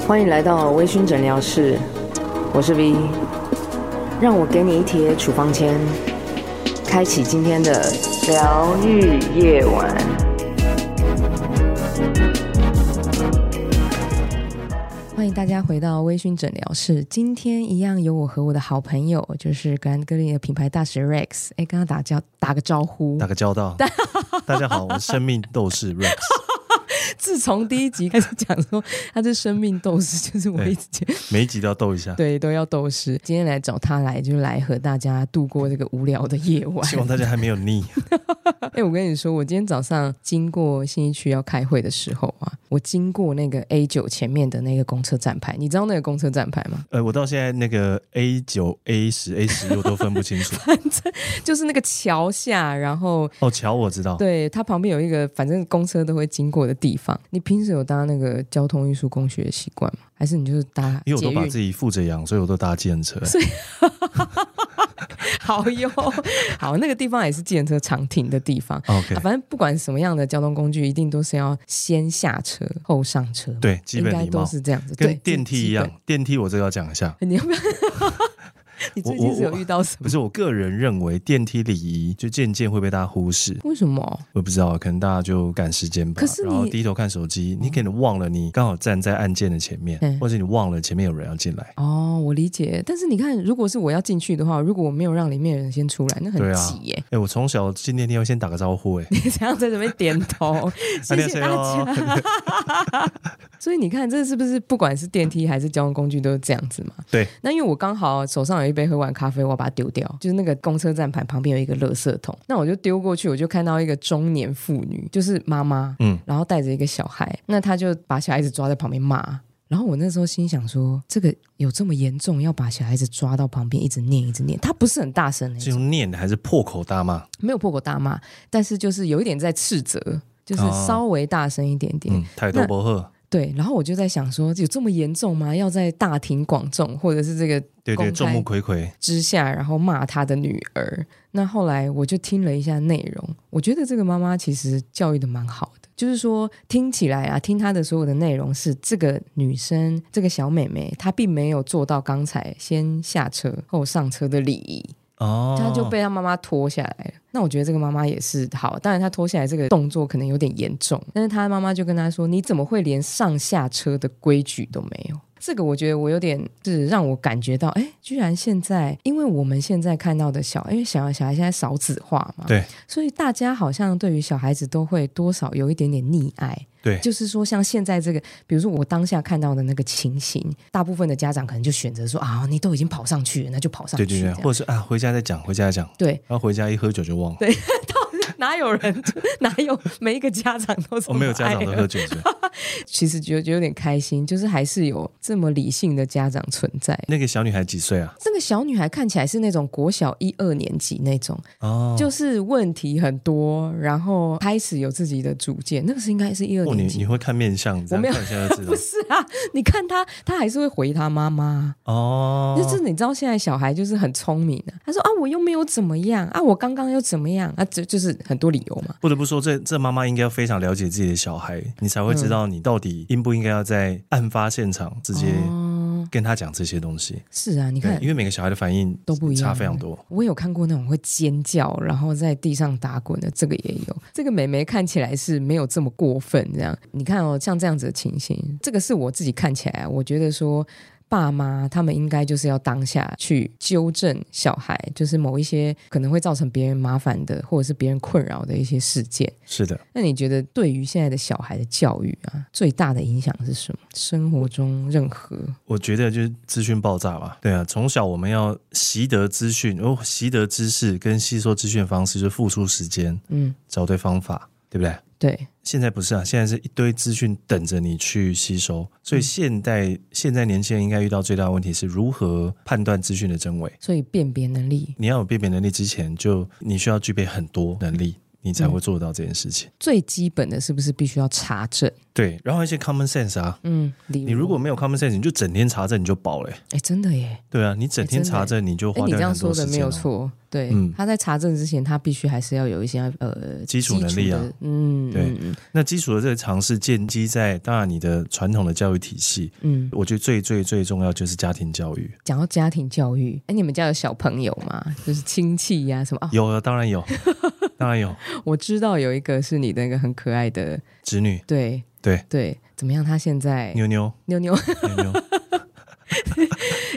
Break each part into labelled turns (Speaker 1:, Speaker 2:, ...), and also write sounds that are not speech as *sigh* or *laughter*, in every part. Speaker 1: 欢迎来到微醺诊疗室，我是 V，让我给你一贴处方签，开启今天的疗愈夜晚。欢迎大家回到微醺诊疗室，今天一样有我和我的好朋友，就是格兰哥利的品牌大使 Rex，哎，跟他打交打个招呼
Speaker 2: 打。个交
Speaker 1: *laughs*
Speaker 2: 道。大家好，我是生命斗士 Rex。
Speaker 1: 自从第一集开始讲说他是生命斗士，就是我
Speaker 2: 对
Speaker 1: 一直觉得
Speaker 2: 每一集都要斗一 *laughs* 下，
Speaker 1: 对，都要斗士。今天来找他来，就来和大家度过这个无聊的夜晚。
Speaker 2: 希望大家还没有腻。
Speaker 1: *laughs* 哎、我跟你说，我今天早上经过信义区要开会的时候啊，我经过那个 A 九前面的那个公车站牌，你知道那个公车站牌吗？
Speaker 2: 呃，我到现在那个 A 九、A 十、A 十一我都分不清楚。
Speaker 1: *laughs* 就是那个桥下，然后
Speaker 2: 哦，桥我知道，
Speaker 1: 对它旁边有一个，反正公车都会经过的地方。你平时有搭那个交通运输工具的习惯吗？还是你就是搭
Speaker 2: 因为我
Speaker 1: 捷
Speaker 2: 都把
Speaker 1: 运？
Speaker 2: 自己负着养，所以我都搭计程车。
Speaker 1: *laughs* 好哟，好，那个地方也是计程车常停的地方。 *laughs*
Speaker 2: OK，
Speaker 1: 啊反正不管什么样的交通工具，一定都是要先下车后上车，，
Speaker 2: 对，基
Speaker 1: 应
Speaker 2: 本
Speaker 1: 该
Speaker 2: 礼
Speaker 1: 都
Speaker 2: 貌，
Speaker 1: 是这样子，对
Speaker 2: 跟，电梯一样。电梯我这个要讲一下，
Speaker 1: 这是基本。你要不要？ *laughs* 你最近是有遇到什
Speaker 2: 不
Speaker 1: 么？
Speaker 2: 是我个人认为电梯礼仪就渐渐会被大家忽视。
Speaker 1: 为什么？
Speaker 2: 我不知道，可能大家就赶时间吧
Speaker 1: 可是，你
Speaker 2: 然后低头看手机，你可能忘了你刚好站在按键的前面
Speaker 1: 嗯，
Speaker 2: 或者你忘了前面有人要进来。
Speaker 1: 哦，我理解。但是你看，如果是我要进去的话，如果我没有让里面的人先出来，那很
Speaker 2: 对啊
Speaker 1: 挤耶、 *laughs*
Speaker 2: 哎、我从小进电梯要先打个招呼、哎，啊
Speaker 1: 你这样在这边点
Speaker 2: *laughs*
Speaker 1: 头，谢谢大家。
Speaker 2: 家。
Speaker 1: 所以你看，这是不是不管是电梯还是交通工具都是这样子嘛？
Speaker 2: *laughs* 对。
Speaker 1: 那因为我刚好手上有一杯喝完咖啡，我要把它丢掉，就是那个公车站牌旁边有一个垃圾桶，那我就丢过去，我就看到一个中年妇女，就是妈妈，
Speaker 2: 嗯，
Speaker 1: 然后带着一个小孩，那她就把小孩子抓在旁边骂。然后我那时候心想说，这个有这么严重，要把小孩子抓到旁边一直念一直念，她不是很大声那
Speaker 2: 是
Speaker 1: 种，
Speaker 2: 用念的还是破口大骂？
Speaker 1: 没有破口大骂，但是就是有一点在斥责，就是
Speaker 2: 哦
Speaker 1: 稍微大声一点点。
Speaker 2: 嗯，抬头不喝。
Speaker 1: 对，然后我就在想说，有这么严重吗？要在大庭广众或者是这个
Speaker 2: 对
Speaker 1: 公开
Speaker 2: 对，众目睽睽。
Speaker 1: 之下，然后骂他的女儿。那后来我就听了一下内容，我觉得这个妈妈其实教育的蛮好的，就是说听起来啊，听她的所有的内容是这个女生这个小妹妹她并没有做到刚才先下车后上车的礼仪，
Speaker 2: 哦，
Speaker 1: 她就被她妈妈拖下来了。那我觉得这个妈妈也是好，当然她拖下来这个动作可能有点严重，但是她妈妈就跟她说：“你怎么会连上下车的规矩都没有？”这个我觉得我有点是让我感觉到，哎，居然现在，因为我们现在看到的小，因为小小孩现在少子化嘛，
Speaker 2: 对，
Speaker 1: 所以大家好像对于小孩子都会多少有一点点溺爱。
Speaker 2: 对
Speaker 1: 就是说像现在这个，比如说我当下看到的那个情形，大部分的家长可能就选择说啊，你都已经跑上去了，那就跑上去，
Speaker 2: 对对对，
Speaker 1: 这样
Speaker 2: 或者是啊，回家再讲，回家再讲，
Speaker 1: 对，
Speaker 2: 然后回家一喝酒就忘了。
Speaker 1: *laughs* 哪有人哪有每一个家长都这
Speaker 2: 我、
Speaker 1: 么
Speaker 2: 哦没有家长都
Speaker 1: 爱啊
Speaker 2: 喝
Speaker 1: 儿
Speaker 2: 酒醉。
Speaker 1: 其实觉得有点开心，就是还是有这么理性的家长存在。
Speaker 2: 那个小女孩几岁啊？
Speaker 1: 这个小女孩看起来是那种国小一二年级那种，
Speaker 2: 哦，
Speaker 1: 就是问题很多，然后开始有自己的主见。那个是应该是一二
Speaker 2: 哦，你
Speaker 1: 年
Speaker 2: 你
Speaker 1: 级，
Speaker 2: 会看面相，这
Speaker 1: 我
Speaker 2: 样
Speaker 1: 没有
Speaker 2: 看一下就知道
Speaker 1: 不。是啊？你看她，她还是会回她妈妈。
Speaker 2: 哦，
Speaker 1: 就是你知道现在小孩就是很聪明啊，他说啊我又没有怎么样啊，我刚刚又怎么样啊，这就是很多理由嘛。
Speaker 2: 不得不说，这这妈妈应该要非常了解自己的小孩，你才会
Speaker 1: 嗯
Speaker 2: 知道你到底应不应该要在案发现场直接
Speaker 1: 哦，
Speaker 2: 跟他讲这些东西。
Speaker 1: 是啊，你
Speaker 2: 对
Speaker 1: 看，
Speaker 2: 因为每个小孩的反应
Speaker 1: 都不一样
Speaker 2: 差非常多。
Speaker 1: 我有看过那种会尖叫，然后在地上打滚的，这个也有。这个美眉看起来是没有这么过分，这样你看哦，像这样子的情形，这个是我自己看起来，我觉得说。爸妈他们应该就是要当下去纠正小孩，就是某一些可能会造成别人麻烦的，或者是别人困扰的一些事件。
Speaker 2: 是的，
Speaker 1: 那你觉得对于现在的小孩的教育啊，最大的影响是什么？生活中任何
Speaker 2: 我觉得就是资讯爆炸吧。对啊，从小我们要习得资讯，哦，习得知识跟吸收资讯的方式就是付出时间，
Speaker 1: 嗯，
Speaker 2: 找对方法，对不对？
Speaker 1: 对，
Speaker 2: 现在不是啊，现在是一堆资讯等着你去吸收，所以现代、现在年轻人应该遇到最大的问题是如何判断资讯的真伪。
Speaker 1: 所以辨别能力
Speaker 2: 你要有辨别能力之前，就你需要具备很多能力。你才
Speaker 1: 嗯
Speaker 2: 会做得到这件事情。
Speaker 1: 最基本的是不是必须要查证？
Speaker 2: 对，然后一些 common sense 啊，
Speaker 1: 嗯，例
Speaker 2: 你如果没有 common sense，你就整天查证，你就饱了欸、
Speaker 1: 哎、真的耶，
Speaker 2: 对啊，你整天查证，你就
Speaker 1: 哎、
Speaker 2: 花
Speaker 1: 你这
Speaker 2: 掉你
Speaker 1: 样
Speaker 2: 很
Speaker 1: 说
Speaker 2: 多时
Speaker 1: 的
Speaker 2: 间、哦
Speaker 1: 没有。错，对，
Speaker 2: 嗯
Speaker 1: 他在查证之前，他必须还是要有一些呃
Speaker 2: 基础能力啊
Speaker 1: 的嗯，
Speaker 2: 对
Speaker 1: 嗯，嗯
Speaker 2: 那基础的这个尝试建基在当然你的传统的教育体系，
Speaker 1: 嗯，
Speaker 2: 我觉得最最最重要就是家庭教育。
Speaker 1: 讲到家庭教育，哎、你们家有小朋友吗？就是亲戚呀、什么啊、
Speaker 2: 有，啊，当
Speaker 1: *laughs*
Speaker 2: 然有，当然有
Speaker 1: 我知道有一个是你的那个很可爱的，
Speaker 2: 侄女，
Speaker 1: 对
Speaker 2: 对，
Speaker 1: 对，怎么样？他现在
Speaker 2: 妞妞，
Speaker 1: 妞妞， *laughs*
Speaker 2: 妞妞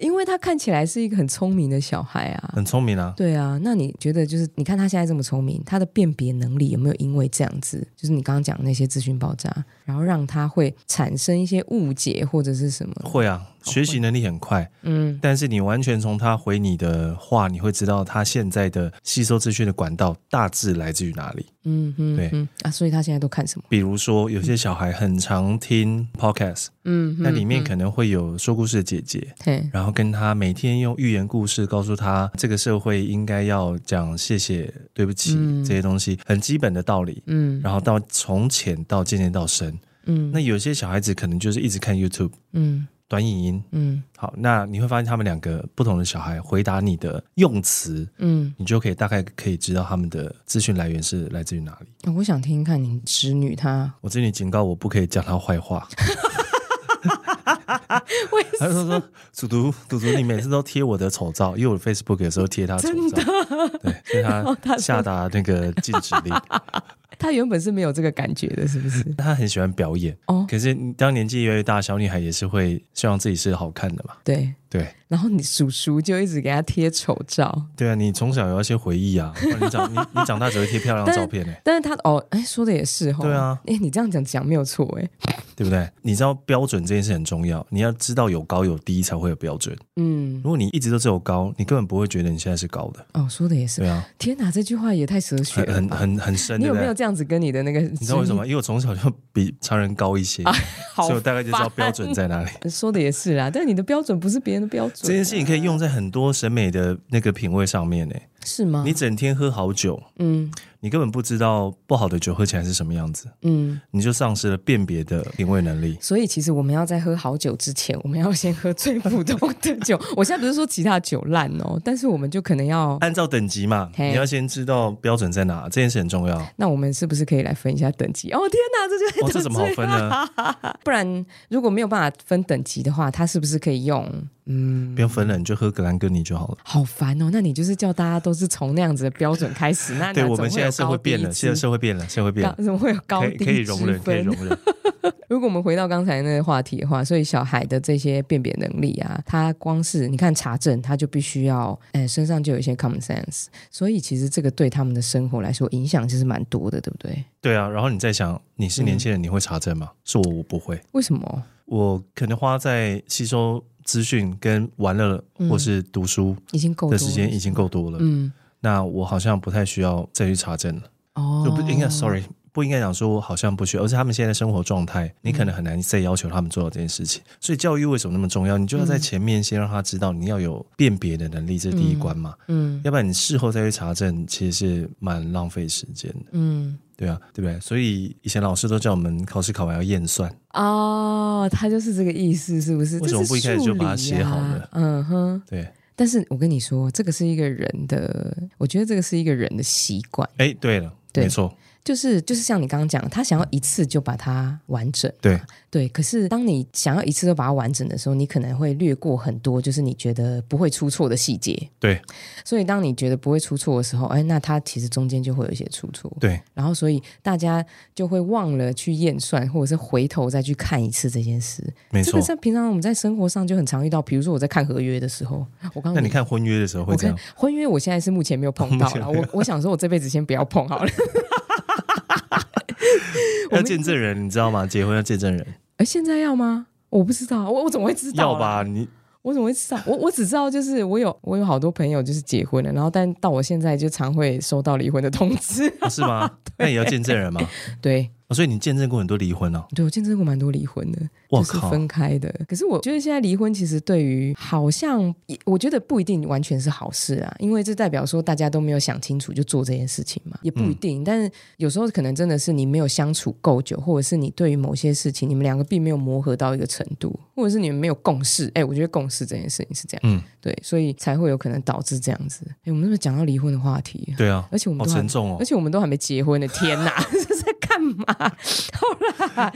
Speaker 1: 因为他看起来是一个很聪明的小孩啊。
Speaker 2: 很聪明啊，
Speaker 1: 对啊，那你觉得就是你看他现在这么聪明，他的辨别能力有没有因为这样子，就是你刚刚讲的那些资讯爆炸，然后让他会产生一些误解或者是什么？
Speaker 2: 会啊，
Speaker 1: 会
Speaker 2: 学习能力很快，
Speaker 1: 嗯，
Speaker 2: 但是你完全从他回你的话，你会知道他现在的吸收资讯的管道大致来自于哪里。
Speaker 1: 嗯嗯
Speaker 2: 对
Speaker 1: 嗯啊，所以他现在都看什么？
Speaker 2: 比如说，有些小孩很常听 podcast，
Speaker 1: 嗯，
Speaker 2: 那里
Speaker 1: 嗯
Speaker 2: 面可能会有说故事的姐姐，
Speaker 1: 嘿，
Speaker 2: 然后跟他每天用寓言故事告诉他这个社会应该要讲谢谢、对不起、
Speaker 1: 嗯
Speaker 2: 这些东西很基本的道理。
Speaker 1: 嗯
Speaker 2: 然后到从浅到渐渐到深，
Speaker 1: 嗯，
Speaker 2: 那有些小孩子可能就是一直看 YouTube
Speaker 1: 嗯
Speaker 2: 短影音。
Speaker 1: 嗯
Speaker 2: 好，那你会发现他们两个不同的小孩回答你的用词，
Speaker 1: 嗯、
Speaker 2: 你就可以大概可以知道他们的资讯来源是来自于哪里。
Speaker 1: 哦我想听听看你侄女她
Speaker 2: 我这里警告我不可以讲他坏话。
Speaker 1: *laughs* 为
Speaker 2: 他说说，赌毒赌毒，你每次都贴我的丑照，因为我 Facebook 有时候贴他丑照，对，所以他下达那个禁止
Speaker 1: *laughs*
Speaker 2: 令。
Speaker 1: 她原本是没有这个感觉的，是不
Speaker 2: *laughs*
Speaker 1: 是？
Speaker 2: 他很喜欢表演，
Speaker 1: 哦
Speaker 2: 可是当年纪越来越大，小女孩也是会希望自己是好看的嘛。
Speaker 1: 对，
Speaker 2: 对，
Speaker 1: 然后你叔叔就一直给她贴丑照，
Speaker 2: 对啊，你从小有一些回忆啊，不然你长 *laughs* 你你长大只会贴漂亮的照片呢、欸
Speaker 1: 但是他哦，哎，说的也是哈、
Speaker 2: 对啊，
Speaker 1: 哎，你这样讲讲没有错哎，
Speaker 2: 对不对？你知道标准这件事很重要，你要知道有高有低才会有标准。
Speaker 1: 嗯，
Speaker 2: 如果你一直都只有高，你根本不会觉得你现在是高的。
Speaker 1: 哦，说的也是
Speaker 2: 对，啊，
Speaker 1: 天哪，这句话也太哲学
Speaker 2: 很
Speaker 1: 了
Speaker 2: 很
Speaker 1: 吧。
Speaker 2: 很很深，
Speaker 1: 你
Speaker 2: 对
Speaker 1: 有
Speaker 2: 不
Speaker 1: 没
Speaker 2: 对
Speaker 1: 有？这样子跟你的那个？你
Speaker 2: 你知道为什么吗？因为我从小就比常人高一些，
Speaker 1: 哎好
Speaker 2: *laughs* 所以我大概就知道标准在
Speaker 1: *laughs*
Speaker 2: 哪里。
Speaker 1: 说的也是啦，但你的标准不是别人的标准啊、
Speaker 2: 这件事情可以用在很多审美的那个品味上面呢、
Speaker 1: 是吗？
Speaker 2: 你整天喝好酒，
Speaker 1: 嗯
Speaker 2: 你根本不知道不好的酒喝起来是什么样子，
Speaker 1: 嗯，
Speaker 2: 你就丧失了辨别的品味能力。
Speaker 1: 所以其实我们要在喝好酒之前，我们要先喝最普通的酒。 *laughs* 我现在不是说其他酒烂哦，但是我们就可能要。
Speaker 2: 按照等级嘛，
Speaker 1: 嘿
Speaker 2: 你要先知道标准在哪，这件事
Speaker 1: *laughs*
Speaker 2: 很重要。哦，
Speaker 1: 那我们是不是可以来分一下等级？哦天哪，这就、
Speaker 2: 这怎么好分呢？
Speaker 1: 啊不然如果没有办法分等级的话，它是不是可以用？嗯，
Speaker 2: 不用分了，你就喝格兰哥尼就好了。
Speaker 1: 好烦哦！那你就是叫大家都是从那样子的标准开始，那
Speaker 2: 对，
Speaker 1: 那
Speaker 2: 我
Speaker 1: 怎么
Speaker 2: 们
Speaker 1: 会
Speaker 2: 现
Speaker 1: 有
Speaker 2: 在社
Speaker 1: 高
Speaker 2: 会
Speaker 1: 低
Speaker 2: 变了，
Speaker 1: 之
Speaker 2: 现在社会变了，社会变
Speaker 1: 高
Speaker 2: 了，
Speaker 1: 怎么会有高
Speaker 2: 可
Speaker 1: 低
Speaker 2: 以可以容忍，
Speaker 1: 之
Speaker 2: 可以
Speaker 1: 分
Speaker 2: 容忍。
Speaker 1: 如果我们回到刚才那个话题的话，所以小孩的这些辨别能力啊，他光是你看查证，他就必须要，哎，身上就有一些 common sense，所以其实这个对他们的生活来说影响其实蛮多的，对不对？
Speaker 2: 对啊，然后你再想，你是
Speaker 1: 嗯
Speaker 2: 年轻人，你会查证吗？是我，我不会。
Speaker 1: 为什么？
Speaker 2: 我可能花在吸收资讯跟玩乐或是读书
Speaker 1: 已经嗯够多
Speaker 2: 的
Speaker 1: 了
Speaker 2: 时间已经够多了，
Speaker 1: 嗯，
Speaker 2: 那我好像不太需要再去查证了。
Speaker 1: 哦，
Speaker 2: 就不应该，sorry，不应该讲说我好像不需要，而是他们现在的生活状态，你
Speaker 1: 嗯
Speaker 2: 可能很难再要求他们做到这件事情。所以教育为什么那么重要？你就要
Speaker 1: 嗯
Speaker 2: 在前面先让他知道你要有辨别的能力，这是第一关嘛。
Speaker 1: 嗯
Speaker 2: 要不然你事后再去查证，其实是蛮浪费时间的，
Speaker 1: 嗯。
Speaker 2: 对啊，对不对？所以以前老师都叫我们考试考完要验算，
Speaker 1: 哦，他就是这个意思，是不是？
Speaker 2: 为什么
Speaker 1: 这是
Speaker 2: 不一开始就把它写好呢
Speaker 1: 数理啊嗯哼，
Speaker 2: 对，
Speaker 1: 但是我跟你说，这个是一个人的，我觉得这个是一个人的习惯，
Speaker 2: 哎，对了，
Speaker 1: 对
Speaker 2: 没错，
Speaker 1: 就是就是像你刚刚讲，他想要一次就把它完整，
Speaker 2: 对，
Speaker 1: 对。可是当你想要一次都把它完整的时候，你可能会略过很多，就是你觉得不会出错的细节。
Speaker 2: 对，
Speaker 1: 所以当你觉得不会出错的时候，哎，那它其实中间就会有一些出错，
Speaker 2: 对，
Speaker 1: 然后所以大家就会忘了去验算，或者是回头再去看一次这件事。
Speaker 2: 没
Speaker 1: 这
Speaker 2: 错
Speaker 1: 个。在平常我们在生活上就很常遇到，比如说我在看合约的时候，我刚
Speaker 2: 那
Speaker 1: 刚
Speaker 2: 你。看婚约的时候会
Speaker 1: 我
Speaker 2: 这
Speaker 1: 看
Speaker 2: 样，哦
Speaker 1: 婚约，我现在是目前没有碰到了。我我想说，我这辈子先不要碰好了。 *laughs*
Speaker 2: 要见证人，你知道吗？结婚要见证人，
Speaker 1: 哎，现在要吗？我不知道，我我怎么会知道？啊
Speaker 2: 要？吧？你
Speaker 1: 我怎么会知道？我我只知道就是我有我有好多朋友就是结婚了，然后但到我现在就常会收到离婚的通知。 *laughs*
Speaker 2: 啊是吗？那也要见证人吗？
Speaker 1: 对，
Speaker 2: 哦哦所以你见证过很多离婚哦。
Speaker 1: 对我见证过蛮多离婚的，
Speaker 2: 我
Speaker 1: 就是
Speaker 2: 靠，
Speaker 1: 分开的。可是我觉得现在离婚其实对于好像也我觉得不一定完全是好事啊，因为这代表说大家都没有想清楚就做这件事情嘛，也不
Speaker 2: 嗯
Speaker 1: 一定。但是有时候可能真的是你没有相处够久，或者是你对于某些事情你们两个并没有磨合到一个程度，或者是你们没有共识。哎，我觉得共识这件事情是这样，
Speaker 2: 嗯，
Speaker 1: 对，所以才会有可能导致这样子。哎，我们是不是讲到离婚的话题？
Speaker 2: 对啊，
Speaker 1: 而且我们
Speaker 2: 好
Speaker 1: 都还
Speaker 2: 沉重
Speaker 1: 而
Speaker 2: 哦。
Speaker 1: 且我们都还没结婚呢，天哪，这是在干嘛？好啦，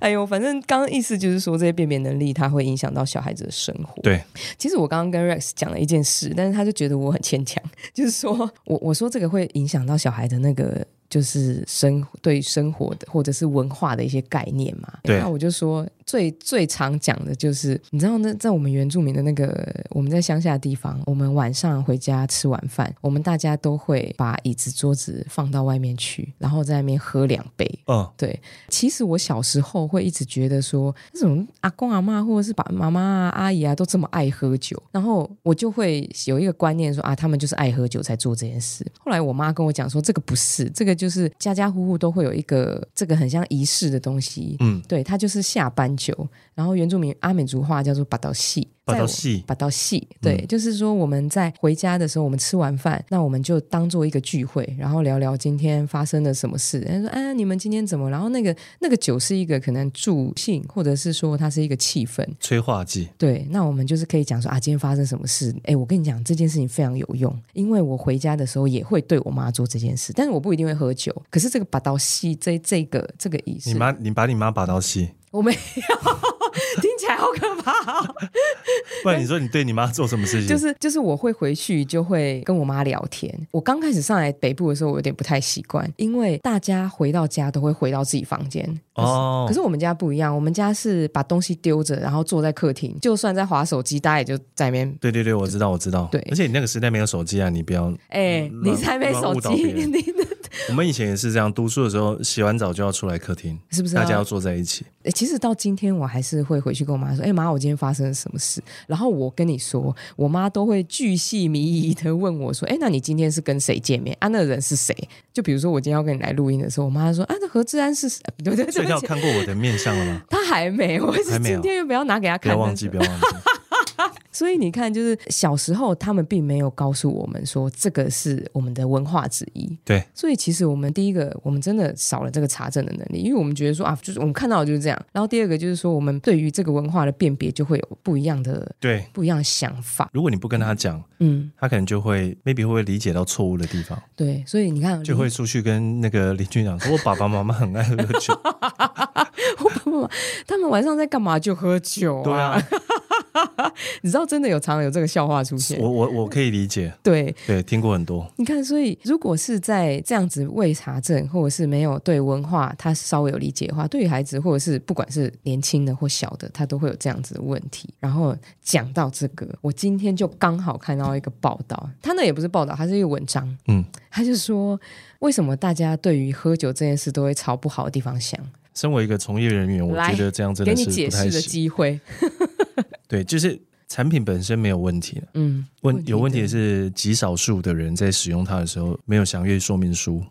Speaker 1: 哎呦，反正刚刚意思就是说，这些辨别能力它会影响到小孩子的生活。
Speaker 2: 对，
Speaker 1: 其实我刚刚跟 Rex 讲了一件事，但是他就觉得我很牵强， *laughs* 就是说我我说这个会影响到小孩的那个。就是生对生活的或者是文化的一些概念嘛，
Speaker 2: 对
Speaker 1: 那我就说最最常讲的就是，你知道那在我们原住民的那个我们在乡下的地方，我们晚上回家吃晚饭，我们大家都会把椅子桌子放到外面去，然后在那边喝两杯，
Speaker 2: 嗯，
Speaker 1: 对，其实我小时候会一直觉得说，那种阿公阿妈或者是爸爸妈妈啊、阿姨啊，都这么爱喝酒，然后我就会有一个观念说啊，他们就是爱喝酒才做这件事。后来我妈跟我讲说，这个不是，这个就是家家户户都会有一个这个很像仪式的东西，
Speaker 2: 嗯，
Speaker 1: 对，它就是下班酒，然后原住民阿美族话叫做把刀戏，
Speaker 2: 把
Speaker 1: 在
Speaker 2: 到
Speaker 1: 我
Speaker 2: 戏，
Speaker 1: 把到戏，
Speaker 2: 嗯
Speaker 1: 对，就是说我们在回家的时候，我们吃完饭，那我们就当做一个聚会，然后聊聊今天发生了什么事。他说：“哎，你们今天怎么？”然后那个那个酒是一个可能助兴，或者是说它是一个气氛。
Speaker 2: 催化剂，
Speaker 1: 对，那我们就是可以讲说啊，今天发生什么事？哎，我跟你讲，这件事情非常有用，因为我回家的时候也会对我妈做这件事，但是我不一定会喝酒。可是这个把刀戏这这个这个仪式，
Speaker 2: 你妈，你把你妈把到戏，
Speaker 1: 我没有， *laughs* 听起来好可怕、哦。
Speaker 2: 不然你说你对你妈做什么事情？
Speaker 1: 就是就是我会回去就会跟我妈聊天。我刚开始上来北部的时候，我有点不太习惯，因为大家回到家都会回到自己房间。
Speaker 2: 哦，
Speaker 1: 可是我们家不一样，我们家是把东西丢着，然后坐在客厅，就算在划手机，大家也就在那边。
Speaker 2: 对对对，我知道我知道。
Speaker 1: 对
Speaker 2: 而且你那个时代没有手机啊，你不要。
Speaker 1: 哎、
Speaker 2: 嗯
Speaker 1: 你才没手
Speaker 2: 乱误
Speaker 1: 机，
Speaker 2: 导别人
Speaker 1: *laughs* 你
Speaker 2: 我们以前也是这样，读书的时候洗完澡就要出来客厅，
Speaker 1: 是不是、啊？
Speaker 2: 大家要坐在一起。
Speaker 1: 欸其实到今天我还是会回去跟我妈说：“哎、妈，我今天发生了什么事？”然后我跟你说，我妈都会巨细靡遗的问我说：“哎、那你今天是跟谁见面啊？那个人是谁？”就比如说我今天要跟你来录音的时候，我妈说：“啊，那何志安是谁？”啊对对
Speaker 2: 所
Speaker 1: 对
Speaker 2: 以他
Speaker 1: 不
Speaker 2: 有
Speaker 1: 起，
Speaker 2: 看过我的面相了
Speaker 1: *laughs*
Speaker 2: 吗？
Speaker 1: 她还没，我是
Speaker 2: 还没有啊
Speaker 1: 今天又不要拿给她
Speaker 2: 不
Speaker 1: 看
Speaker 2: 要
Speaker 1: 的
Speaker 2: 忘记，不要忘记。
Speaker 1: 所以你看，就是小时候他们并没有告诉我们说这个是我们的文化之一。
Speaker 2: 对，
Speaker 1: 所以其实我们第一个，我们真的少了这个查证的能力，因为我们觉得说啊，就是我们看到的就是这样。然后第二个就是说，我们对于这个文化的辨别就会有不一样的
Speaker 2: 对，
Speaker 1: 不一样的想法。
Speaker 2: 如果你不跟他讲，
Speaker 1: 嗯，
Speaker 2: 他可能就会 maybe 会理解到错误的地方，
Speaker 1: 对。所以你看，
Speaker 2: 就会出去跟那个邻居讲说，我爸爸妈妈很爱喝
Speaker 1: *laughs*
Speaker 2: 酒。
Speaker 1: 他们晚上在干嘛就喝酒
Speaker 2: 对
Speaker 1: 啊？
Speaker 2: 啊，
Speaker 1: 你知道真的有常常有这个笑话出现
Speaker 2: 我。我我可以理解，
Speaker 1: 对，
Speaker 2: 对，听过很多。
Speaker 1: 你看，所以如果是在这样子未查证，或者是没有对文化他稍微有理解的话，对于孩子或者是不管是年轻的或小的，他都会有这样子的问题。然后讲到这个，我今天就刚好看到一个报道，他那也不是报道，他是一个文章，
Speaker 2: 嗯，
Speaker 1: *laughs* 他就说为什么大家对于喝酒这件事都会朝不好的地方想，
Speaker 2: 身为一个从业人员，我
Speaker 1: 来
Speaker 2: 觉得这样真
Speaker 1: 给
Speaker 2: 的
Speaker 1: 你
Speaker 2: 是
Speaker 1: 解
Speaker 2: 不
Speaker 1: 释
Speaker 2: 太
Speaker 1: 的
Speaker 2: 行。
Speaker 1: 机会，
Speaker 2: 对，就是产品本身没有问题， *laughs*
Speaker 1: 嗯，
Speaker 2: 问有问
Speaker 1: 的
Speaker 2: 题的是极少数的人在使用它的时候没有详阅说明书。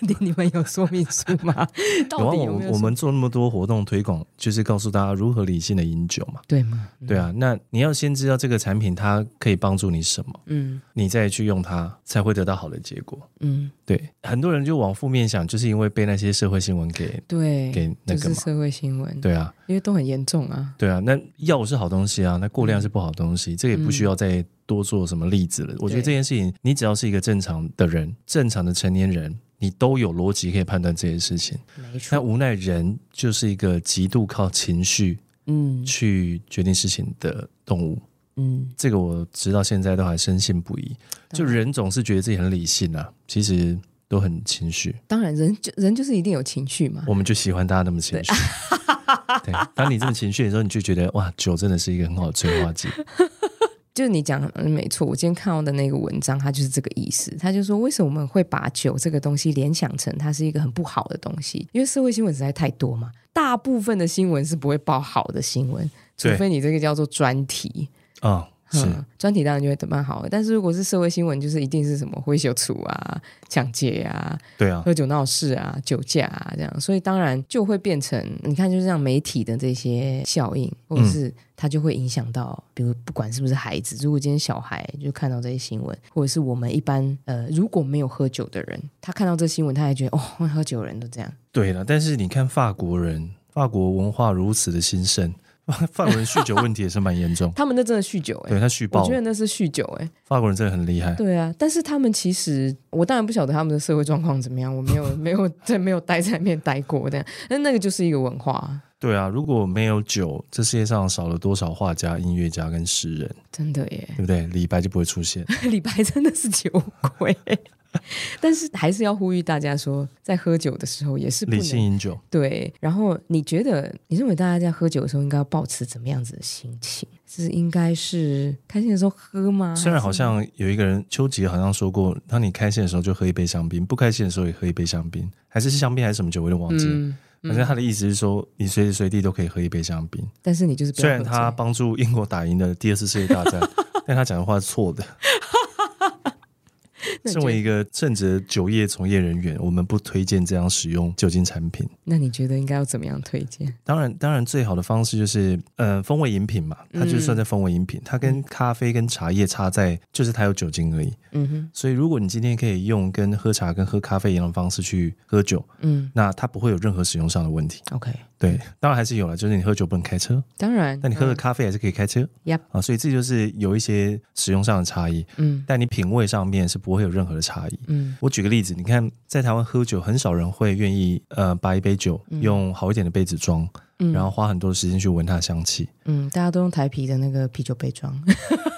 Speaker 1: 你你们有说明书吗？
Speaker 2: 有
Speaker 1: 到
Speaker 2: 啊，
Speaker 1: 底
Speaker 2: 我
Speaker 1: 有没有说
Speaker 2: 们我们做那么多活动推广，就是告诉大家如何理性的饮酒嘛。
Speaker 1: 对吗？
Speaker 2: 对啊，那你要先知道这个产品它可以帮助你什么，
Speaker 1: 嗯
Speaker 2: 你再去用它，才会得到好的结果。
Speaker 1: 嗯，
Speaker 2: 对，很多人就往负面想，就是因为被那些社会新闻给
Speaker 1: 对，
Speaker 2: 给那
Speaker 1: 就是
Speaker 2: 个嘛。
Speaker 1: 社会新闻，
Speaker 2: 对啊，
Speaker 1: 因为都很严重啊。
Speaker 2: 对啊，那药是好东西啊，那过量是不好东
Speaker 1: 嗯
Speaker 2: 西，这个也不需要再多做什么例子了。我觉得这件事情，你只要是一个正常的人，正常的成年人，你都有逻辑可以判断这件事情。
Speaker 1: 没
Speaker 2: 那，无奈人就是一个极度靠情绪
Speaker 1: 嗯
Speaker 2: 去决定事情的动物，
Speaker 1: 嗯，
Speaker 2: 这个我直到现在都还深信不疑。就人总是觉得自己很理性啊，其实都很情绪。
Speaker 1: 当然人就人就是一定有情绪嘛，
Speaker 2: 我们就喜欢大家那么情绪。 *laughs* 对，当你这么情绪的时候，你就觉得哇，酒真的是一个很好的催化剂。
Speaker 1: 就是你讲嗯没错，我今天看到的那个文章，它就是这个意思，他就说为什么我们会把酒这个东西联想成它是一个很不好的东西，因为社会新闻实在太多嘛，大部分的新闻是不会报好的新闻，除
Speaker 2: 对
Speaker 1: 非你这个叫做专题。
Speaker 2: 啊、
Speaker 1: *laughs*
Speaker 2: 是
Speaker 1: 嗯，专题当然就会蛮好的，但是如果是社会新闻，就是一定是什么挥袖处啊、抢劫啊、
Speaker 2: 对啊，
Speaker 1: 喝酒闹事啊、酒驾啊这样，所以当然就会变成你看，就是像媒体的这些效应，或者
Speaker 2: 嗯
Speaker 1: 是它就会影响到，比如不管是不是孩子，如果今天小孩就看到这些新闻，或者是我们一般呃如果没有喝酒的人，他看到这新闻，他还觉得哦，喝酒的人都这样，
Speaker 2: 对了。但是你看法国人，法国文化如此的兴盛， *laughs* 法国人酗酒问题也是蛮严
Speaker 1: *laughs*，
Speaker 2: 重
Speaker 1: 他们那真的酗酒哎、
Speaker 2: 对他酗
Speaker 1: 我
Speaker 2: 爆
Speaker 1: 觉，得那是酗酒哎、
Speaker 2: 法国人真的很厉害。
Speaker 1: 对啊，但是他们其实，我当然不晓得他们的社会状况怎么样，我没有没有 *laughs* 在没有待在那边待过这样，但那个就是一个文化啊，
Speaker 2: 对啊，如果没有酒，这世界上少了多少画家、音乐家跟诗人，
Speaker 1: 真的耶
Speaker 2: 对。不对？李白就不会出
Speaker 1: *laughs*
Speaker 2: 现。
Speaker 1: 李白真的是酒鬼，但是还是要呼吁大家说，在喝酒的时候也是不
Speaker 2: 理性
Speaker 1: 能啊
Speaker 2: 饮酒，
Speaker 1: 对。然后你觉得，你认为大家在喝酒的时候应该要保持怎么样子的心情？是应该是开心的时候喝吗？
Speaker 2: 虽然
Speaker 1: 还
Speaker 2: 好
Speaker 1: 是
Speaker 2: 像有一个人，丘吉尔好像说过，当你开心的时候就喝一杯香槟，不开心的时候也喝一杯香槟，还是是香槟还是什么酒，我有点忘记了。
Speaker 1: 嗯，
Speaker 2: 反正他的意思是说，你随时随地都可以喝一杯香槟。
Speaker 1: 但是你就是不要
Speaker 2: 虽然
Speaker 1: 喝醉
Speaker 2: 他帮助英国打赢了第二次世界大
Speaker 1: *laughs*
Speaker 2: 战，但他讲的话是错的。
Speaker 1: 那你
Speaker 2: 身
Speaker 1: 觉
Speaker 2: 为
Speaker 1: 得
Speaker 2: 一个正职的酒业从业人员，我们不推荐这样使用酒精产品。
Speaker 1: 那你觉得应该要怎么样推荐？
Speaker 2: 当然，当然最好的方式就是，呃，风味饮品嘛，
Speaker 1: 嗯
Speaker 2: 它就算在风味饮品，它跟咖啡跟茶叶差在就是它有酒精而已。
Speaker 1: 嗯哼，
Speaker 2: 所以，如果你今天可以用跟喝茶、跟喝咖啡一样的方式去喝酒，
Speaker 1: 嗯
Speaker 2: 那它不会有任何使用上的问题。
Speaker 1: ，OK，
Speaker 2: 对，当然还是有了，就是你喝酒不能开车，
Speaker 1: 当然，
Speaker 2: 但你喝了
Speaker 1: 嗯
Speaker 2: 咖啡还是可以开车。
Speaker 1: Yep
Speaker 2: 啊，所以这就是有一些使用上的差异，
Speaker 1: 嗯
Speaker 2: 但你品味上面是不会有任何的差异。
Speaker 1: 嗯
Speaker 2: 我举个例子，你看，在台湾喝酒，很少人会愿意呃把一杯酒用好一点的杯子装，
Speaker 1: 嗯，
Speaker 2: 然后花很多时间去闻它的香
Speaker 1: *laughs*
Speaker 2: 气。
Speaker 1: 嗯，大家都用台啤的那个啤酒杯装，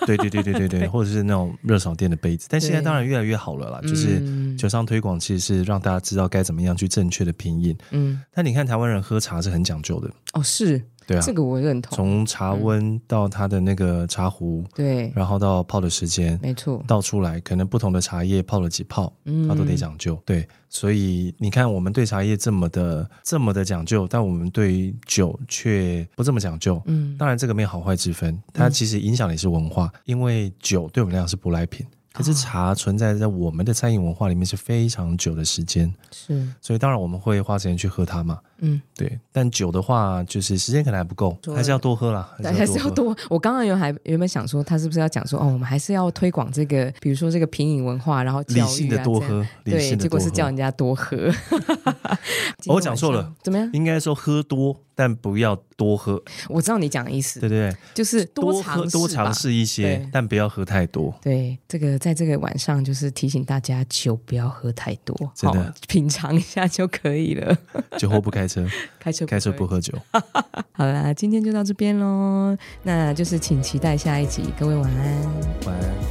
Speaker 2: 对对对对对对，或者是那种热炒店的杯子。但现在
Speaker 1: 对
Speaker 2: 当然越来越好了啦，就是
Speaker 1: 嗯
Speaker 2: 酒商推广其实是让大家知道该怎么样去正确的品饮。
Speaker 1: 嗯，
Speaker 2: 但你看台湾人喝茶是很讲究的，
Speaker 1: 哦，是
Speaker 2: 对啊
Speaker 1: 这，个我认同，
Speaker 2: 从茶
Speaker 1: 嗯
Speaker 2: 温到它的那个茶壶，
Speaker 1: 对，
Speaker 2: 然后到泡的时间。
Speaker 1: 没错，
Speaker 2: 倒出来，可能不同的茶叶泡了几泡，
Speaker 1: 嗯
Speaker 2: 它都得讲究。对，所以你看，我们对茶叶这么的这么的讲究，但我们对于酒却不这么讲究。
Speaker 1: 嗯，
Speaker 2: 当然，这个没有好坏之分，它其实影响的也是文化，因为酒对我们来讲是舶来
Speaker 1: 啊
Speaker 2: 品，可是茶存在在我们的餐饮文化里面是非常久的时间，
Speaker 1: 是，
Speaker 2: 所以当然我们会花时间去喝它嘛。
Speaker 1: 嗯，
Speaker 2: 对，但酒的话，就是时间可能还不够，
Speaker 1: 对
Speaker 2: 还是要多喝啦，
Speaker 1: 大家是
Speaker 2: 多
Speaker 1: 要
Speaker 2: 喝。
Speaker 1: 多。我刚刚有还原本想说，他是不是要讲说，哦，我们还是要推广这个，比如说这个品饮文化，然后教育
Speaker 2: 理
Speaker 1: 啊
Speaker 2: 性的多
Speaker 1: 这样
Speaker 2: 喝，理
Speaker 1: 对，
Speaker 2: 性的
Speaker 1: 结果
Speaker 2: 多
Speaker 1: 是
Speaker 2: 喝哦
Speaker 1: 叫。人家多
Speaker 2: *laughs*
Speaker 1: 喝。今天
Speaker 2: 我讲
Speaker 1: 晚上
Speaker 2: 错了，
Speaker 1: 怎么样？
Speaker 2: 应该说喝多，但不要
Speaker 1: *laughs*
Speaker 2: 多喝，
Speaker 1: 我知道你讲的意思，
Speaker 2: 对对对，
Speaker 1: 就是
Speaker 2: 多
Speaker 1: 尝
Speaker 2: 喝
Speaker 1: 试
Speaker 2: 多尝
Speaker 1: 吧
Speaker 2: 试一些
Speaker 1: 对，
Speaker 2: 但不要喝太多。
Speaker 1: 对，这个在这个晚上就是提醒大家，酒不要喝太多，
Speaker 2: 真的
Speaker 1: 好品尝一下就可以了。
Speaker 2: *laughs* 酒后不
Speaker 1: *laughs*
Speaker 2: 开车，
Speaker 1: 开车
Speaker 2: 开车
Speaker 1: 不
Speaker 2: 不
Speaker 1: 喝。
Speaker 2: 喝酒。
Speaker 1: 好啦，今天就到这边喽，那就是请期待下一集，各位晚安。
Speaker 2: 晚安。